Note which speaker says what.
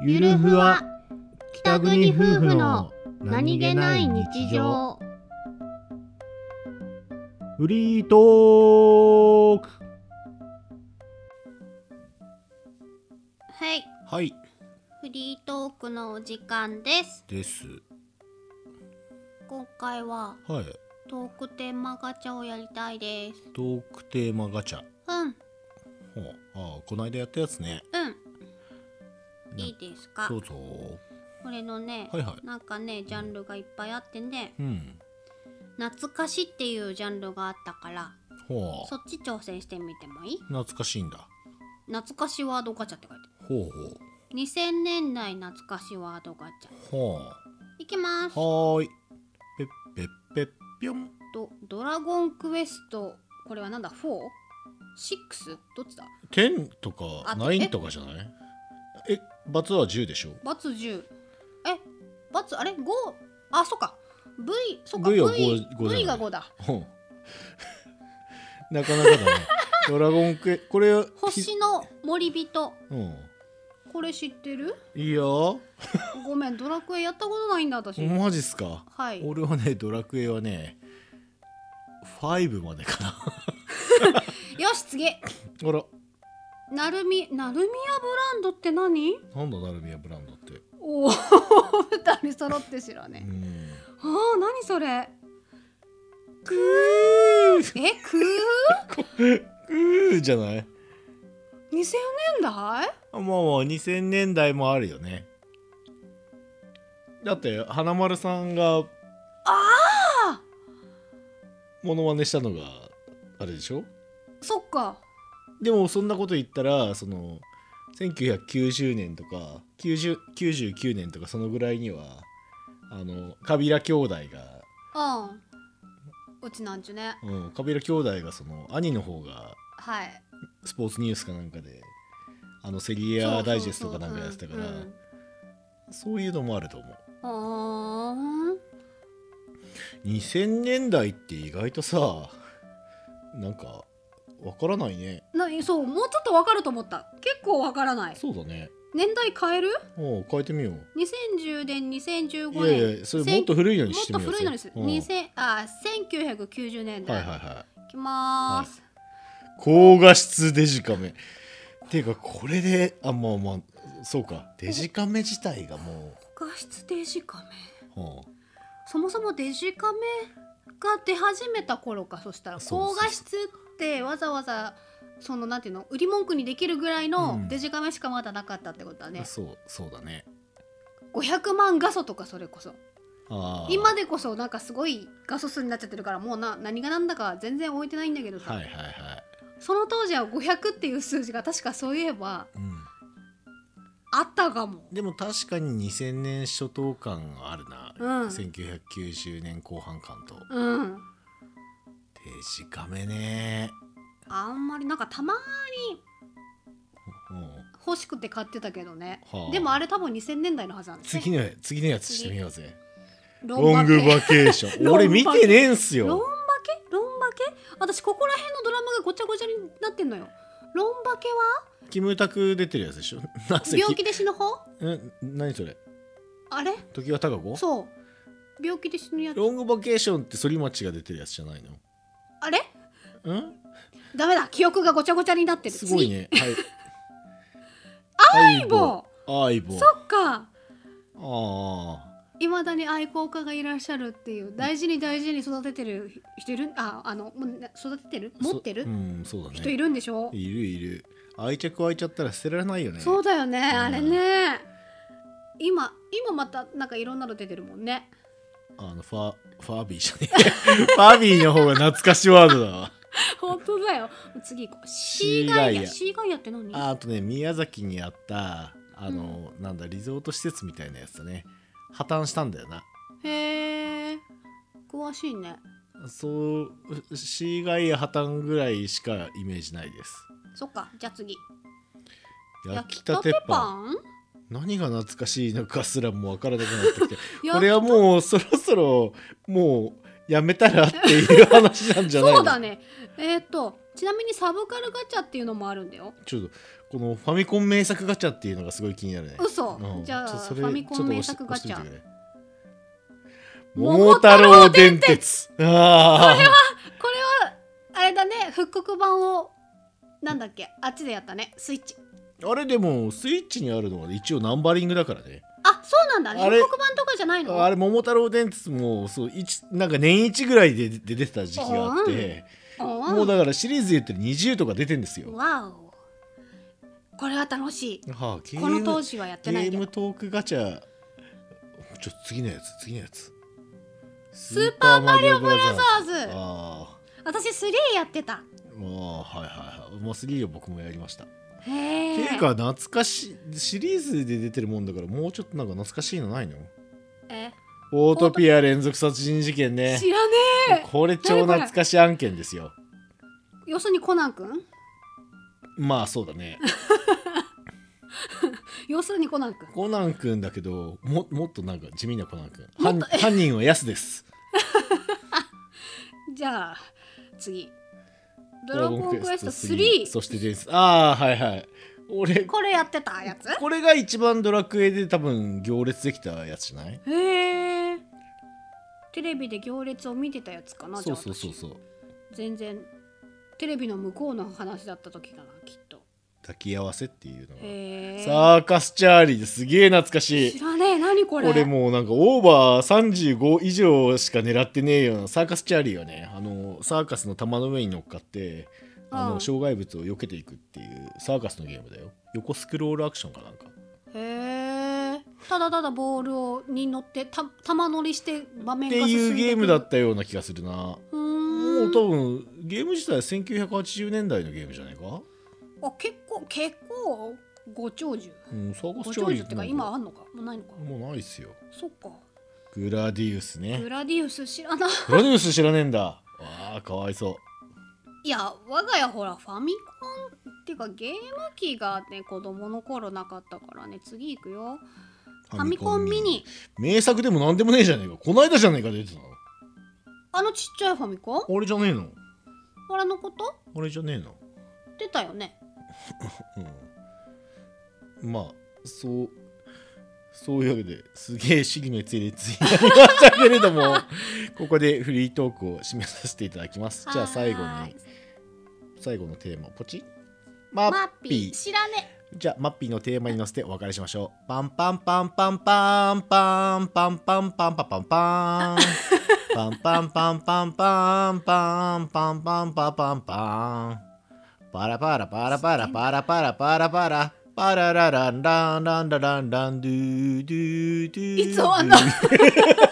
Speaker 1: ゆるふわ北国夫婦のフリートーク
Speaker 2: はい
Speaker 1: はい
Speaker 2: フリートークのお時間です
Speaker 1: です
Speaker 2: 今回は
Speaker 1: はい
Speaker 2: トークテーマガチャをやりたいです
Speaker 1: トークテーマガチャ
Speaker 2: うん
Speaker 1: ほうああこないだやったやつね
Speaker 2: うんいいですか
Speaker 1: どうぞ
Speaker 2: これのね、
Speaker 1: はいはい
Speaker 2: なんかねジャンルがいっぱいあってね
Speaker 1: うん
Speaker 2: 懐かしっていうジャンルがあったから
Speaker 1: ほ
Speaker 2: そっち挑戦してみてもいいう
Speaker 1: 懐かしいんだ
Speaker 2: 懐かしワードガチャって書いてあ
Speaker 1: ほう
Speaker 2: る2000年代懐かしワードガチャ
Speaker 1: ほう
Speaker 2: いきます
Speaker 1: ほうはーいぺっぺっぺっぴょん
Speaker 2: とドラゴンクエストこれはなんだ 4?6? どっちだ
Speaker 1: 10とか
Speaker 2: あて
Speaker 1: 9とかじゃないえ罰は10でしょ
Speaker 2: バツ10えバツあれ 5? あそっか V そっか
Speaker 1: V は
Speaker 2: V,
Speaker 1: 5 5じゃない
Speaker 2: v が5だ
Speaker 1: ほうなかなかだね ドラゴンクエこれ
Speaker 2: 星の森人
Speaker 1: うん
Speaker 2: これ知ってる
Speaker 1: いいよ
Speaker 2: ごめんドラクエやったことないんだ私
Speaker 1: マジっすか
Speaker 2: はい
Speaker 1: 俺はねドラクエはね5までかな
Speaker 2: よし次
Speaker 1: あら
Speaker 2: なるみなるみやブランドって何
Speaker 1: なんだなるみやブランドって
Speaker 2: おお二人揃って知ら
Speaker 1: う
Speaker 2: ねえ
Speaker 1: ん
Speaker 2: あー何それ
Speaker 1: くー
Speaker 2: えく
Speaker 1: くーじゃない
Speaker 2: ー 2000年代
Speaker 1: あまあまあ2000年代もあるよねだって花丸さんが
Speaker 2: あ
Speaker 1: モノマネしたのがあれでしょ
Speaker 2: そっか
Speaker 1: でもそんなこと言ったらその1990年とか90 99年とかそのぐらいにはあのカビラ兄弟が、
Speaker 2: うんうちなんちゅね
Speaker 1: うん、カビラ兄弟がその兄の方が
Speaker 2: はい
Speaker 1: スポーツニュースかなんかであのセリアダイジェストかなんかやってたから
Speaker 2: う
Speaker 1: そうんいうのもあると思う
Speaker 2: うんうん
Speaker 1: 2000年代って意外とさなんかわからないね
Speaker 2: なそうもうちょっとわかると思った結構わからない
Speaker 1: そうだね
Speaker 2: 年代変える
Speaker 1: もう変えてみよう
Speaker 2: 2010年2015
Speaker 1: い
Speaker 2: 年
Speaker 1: やいやそれもっと古いのにして
Speaker 2: もっ
Speaker 1: み
Speaker 2: と
Speaker 1: よう
Speaker 2: 古いのです、
Speaker 1: うん
Speaker 2: 2000あ1990年代、
Speaker 1: はいはいはい
Speaker 2: いきまーす、
Speaker 1: 高画質デジカメていうかこれであまあまあそうかデジカメ自体がも
Speaker 2: 画質デジカ
Speaker 1: う、
Speaker 2: メ
Speaker 1: うん
Speaker 2: そもそもデジカメが出始めた頃かそしたら
Speaker 1: そうそうそ
Speaker 2: 高
Speaker 1: う
Speaker 2: 画質ってわざわざそのなんていうの売り文句にできるぐらいの
Speaker 1: うん
Speaker 2: デジカメしかまだなかったってことだね、
Speaker 1: そうそうだね
Speaker 2: 500万画素とかそれこそ
Speaker 1: あー
Speaker 2: 今でこそなんかすごい画素数になっちゃってるからもうな何が何だか全然置いてないんだけどさ、
Speaker 1: はいはいはい、
Speaker 2: その当時は500っていう数字が確かそういえば
Speaker 1: う
Speaker 2: あったかも
Speaker 1: ん、でも確かに2000年初頭感があるな、
Speaker 2: うん
Speaker 1: 1990年後半感とデ
Speaker 2: うん
Speaker 1: ジカメね
Speaker 2: あんまりなんかたま
Speaker 1: うん
Speaker 2: 欲しくて買ってたけどね、
Speaker 1: はあ
Speaker 2: でもあれ多分2000年代のはずなんですね
Speaker 1: 次の次のやつしてみようぜ
Speaker 2: ロ
Speaker 1: ロング
Speaker 2: バ
Speaker 1: バケーション
Speaker 2: ロンバケ
Speaker 1: 俺見てねえんす
Speaker 2: ケロンバ
Speaker 1: よ
Speaker 2: ケロンバケ私ここら辺のドラマがごちゃごちゃになってんのよロンバケは
Speaker 1: キムタク出てるやつでしょ なぜき
Speaker 2: 病気で死ぬ方
Speaker 1: うん何それ
Speaker 2: あれ
Speaker 1: 時は高子
Speaker 2: そう病気で死ぬやつ
Speaker 1: ロングバケーションって反町が出てるやつじゃないの
Speaker 2: あれ
Speaker 1: うん
Speaker 2: ダメだ記憶がごちゃごちゃになってる
Speaker 1: すごい
Speaker 2: 次
Speaker 1: ね。はい。
Speaker 2: 相棒
Speaker 1: 相棒。
Speaker 2: そっか
Speaker 1: あ
Speaker 2: いまだに愛好家がいらっしゃるっていう大事に大事に育ててる人いるああのもうな育ててる
Speaker 1: あ。
Speaker 2: 持ってる
Speaker 1: そうん、そうだね。
Speaker 2: 人いるんでしょ、
Speaker 1: いるいる。愛着湧いちゃったら捨てられないよね。
Speaker 2: そうだよね、
Speaker 1: ん
Speaker 2: あれね今今またなんかいろんなの出てるもんね
Speaker 1: あのファファービーじゃねえ。 ファービーの方が懐かしワードだわ。
Speaker 2: 本当だよ次行こうシ
Speaker 1: シ
Speaker 2: ー
Speaker 1: ー
Speaker 2: ガ
Speaker 1: ガ
Speaker 2: イ
Speaker 1: イ
Speaker 2: ア
Speaker 1: ア
Speaker 2: シーガイアって何
Speaker 1: ああとね宮崎にあったあの、なんだリゾート施設みたいなやつだね。破綻したんだよな。
Speaker 2: へえ詳しいね
Speaker 1: そうシーガイア破綻ぐらいしかイメージないです。
Speaker 2: そっかじゃあ次
Speaker 1: 焼きたてパン。
Speaker 2: ン
Speaker 1: 何が懐かしいのかすらもわからなくなってきて
Speaker 2: や
Speaker 1: これはもうそろそろもうやめたらっていう話なんじゃないの
Speaker 2: そうだねえっ、とちなみにサブカルガチャっていうのもあるんだよ
Speaker 1: ちょっとこのファミコン名作ガチャっていうのがすごい気になるね
Speaker 2: 嘘、
Speaker 1: うん
Speaker 2: じゃあ
Speaker 1: ちょっとそ
Speaker 2: フ
Speaker 1: れ
Speaker 2: ァミコ
Speaker 1: ちょ
Speaker 2: ン
Speaker 1: っと
Speaker 2: 名
Speaker 1: 押し
Speaker 2: 作ガチャ
Speaker 1: 押しとい
Speaker 2: こ
Speaker 1: てくれ桃太郎電鉄あ
Speaker 2: れはあれだね復刻版をなんだっけあっちでやったねスイッチ
Speaker 1: ああれでもスイッチにあるのは一応ナンバリングだからね
Speaker 2: あそうなんだ
Speaker 1: あれ
Speaker 2: 復刻版とかじゃないの
Speaker 1: あれ桃太郎電鉄もそう一なんか年一ぐらいでで出てた時期があって
Speaker 2: おー
Speaker 1: もうだからシリーズで言ってる20とか出てんですよ
Speaker 2: わおこれは楽しい
Speaker 1: はあ、ゲー
Speaker 2: この当
Speaker 1: ム
Speaker 2: 時はやって
Speaker 1: ゲ
Speaker 2: ないけ
Speaker 1: ー
Speaker 2: ど
Speaker 1: ムトークガチャちょ次のやつ次のやつス
Speaker 2: ーパーマリオブラザーズ
Speaker 1: あ
Speaker 2: 私3やってた
Speaker 1: ーあーはいはいはいまあ3を僕もやりました、
Speaker 2: へ
Speaker 1: ってい
Speaker 2: え
Speaker 1: うか懐かしいシリーズで出てるもんだからもうちょっとなんか懐かしいのないの
Speaker 2: え
Speaker 1: オートピア連続殺人事件ね
Speaker 2: 知らねえ
Speaker 1: これ超懐かしい案件ですよ
Speaker 2: 要するにコナン君
Speaker 1: まあそうだね
Speaker 2: 要するにコナン君
Speaker 1: コナン君だけどももっとなんか地味なコナン君犯犯人はヤスです
Speaker 2: じゃあ次ドラゴンクエスト3
Speaker 1: そして伝説ああはいはい俺
Speaker 2: これやってたやつ
Speaker 1: これが一番ドラクエで多分行列できたやつじゃない
Speaker 2: へえテレビで行列を見てたやつかなじ
Speaker 1: そ
Speaker 2: ゃ
Speaker 1: う
Speaker 2: あ
Speaker 1: そうそうそう
Speaker 2: 私全然テレビの向こうの話だった時かなきっと
Speaker 1: 抱き合わせっていうのが
Speaker 2: へえ
Speaker 1: サーカスチャーリーですげえ懐かし
Speaker 2: 知
Speaker 1: い
Speaker 2: らねえ何これ
Speaker 1: 俺もうなんかオーバー35以上しか狙ってねえようなサーカスチャーリーはねあのサーカスの玉の上に乗っかってあ
Speaker 2: う
Speaker 1: の
Speaker 2: ん
Speaker 1: 障害物を避けていくっていうサーカスのゲームだよ横スクロールアクションかなんか
Speaker 2: へえただただボールをに乗ってた玉乗りして場面
Speaker 1: っ
Speaker 2: が
Speaker 1: て
Speaker 2: 進ん
Speaker 1: い
Speaker 2: で
Speaker 1: うゲームだ
Speaker 2: く
Speaker 1: ったような気がするな
Speaker 2: う
Speaker 1: も
Speaker 2: ー
Speaker 1: うん多分ゲーム自体は1980年代のゲームじゃないか
Speaker 2: あ結構結構ご長寿
Speaker 1: うん、サーカ
Speaker 2: ご
Speaker 1: スチャ
Speaker 2: 長
Speaker 1: ーリ
Speaker 2: 寿
Speaker 1: ー
Speaker 2: ってか今あんのかもうないのか
Speaker 1: もうないっすよ
Speaker 2: そっか
Speaker 1: グラディウスね
Speaker 2: グラディウス知らない
Speaker 1: グラディウス知らねえんだあーかわいそう
Speaker 2: いや我が家ほらファミコンっていうかゲーム機がね子供の頃なかったからね次行くよファミコンミニ
Speaker 1: 名作でもなんでもねえじゃねえかこないだじゃねえか出てたの
Speaker 2: あのちっちゃいファミコン
Speaker 1: 俺じゃねえの
Speaker 2: ほらのこと
Speaker 1: 俺じゃねえの
Speaker 2: 出たよね
Speaker 1: うんまあそうそういうわけですげえ主義滅裂になりましたけれども ここでフリートークを締めさせていただきますじゃあ最後
Speaker 2: はー
Speaker 1: に
Speaker 2: い
Speaker 1: 最後のテーマポチマ
Speaker 2: マ
Speaker 1: ッ
Speaker 2: ッ
Speaker 1: ピ
Speaker 2: ピー
Speaker 1: ー
Speaker 2: 知らね
Speaker 1: じゃあマッピーのテーマに乗せてお別れしましょうパンパンパンパンパンパンパンパンパンパンパンパンパンパンパンパンパンパンパンパンパンパンパンパラパラパラパラパラパラパラパラパララランランランランランランドゥドゥドゥ
Speaker 2: いつ終わんの
Speaker 1: ドゥ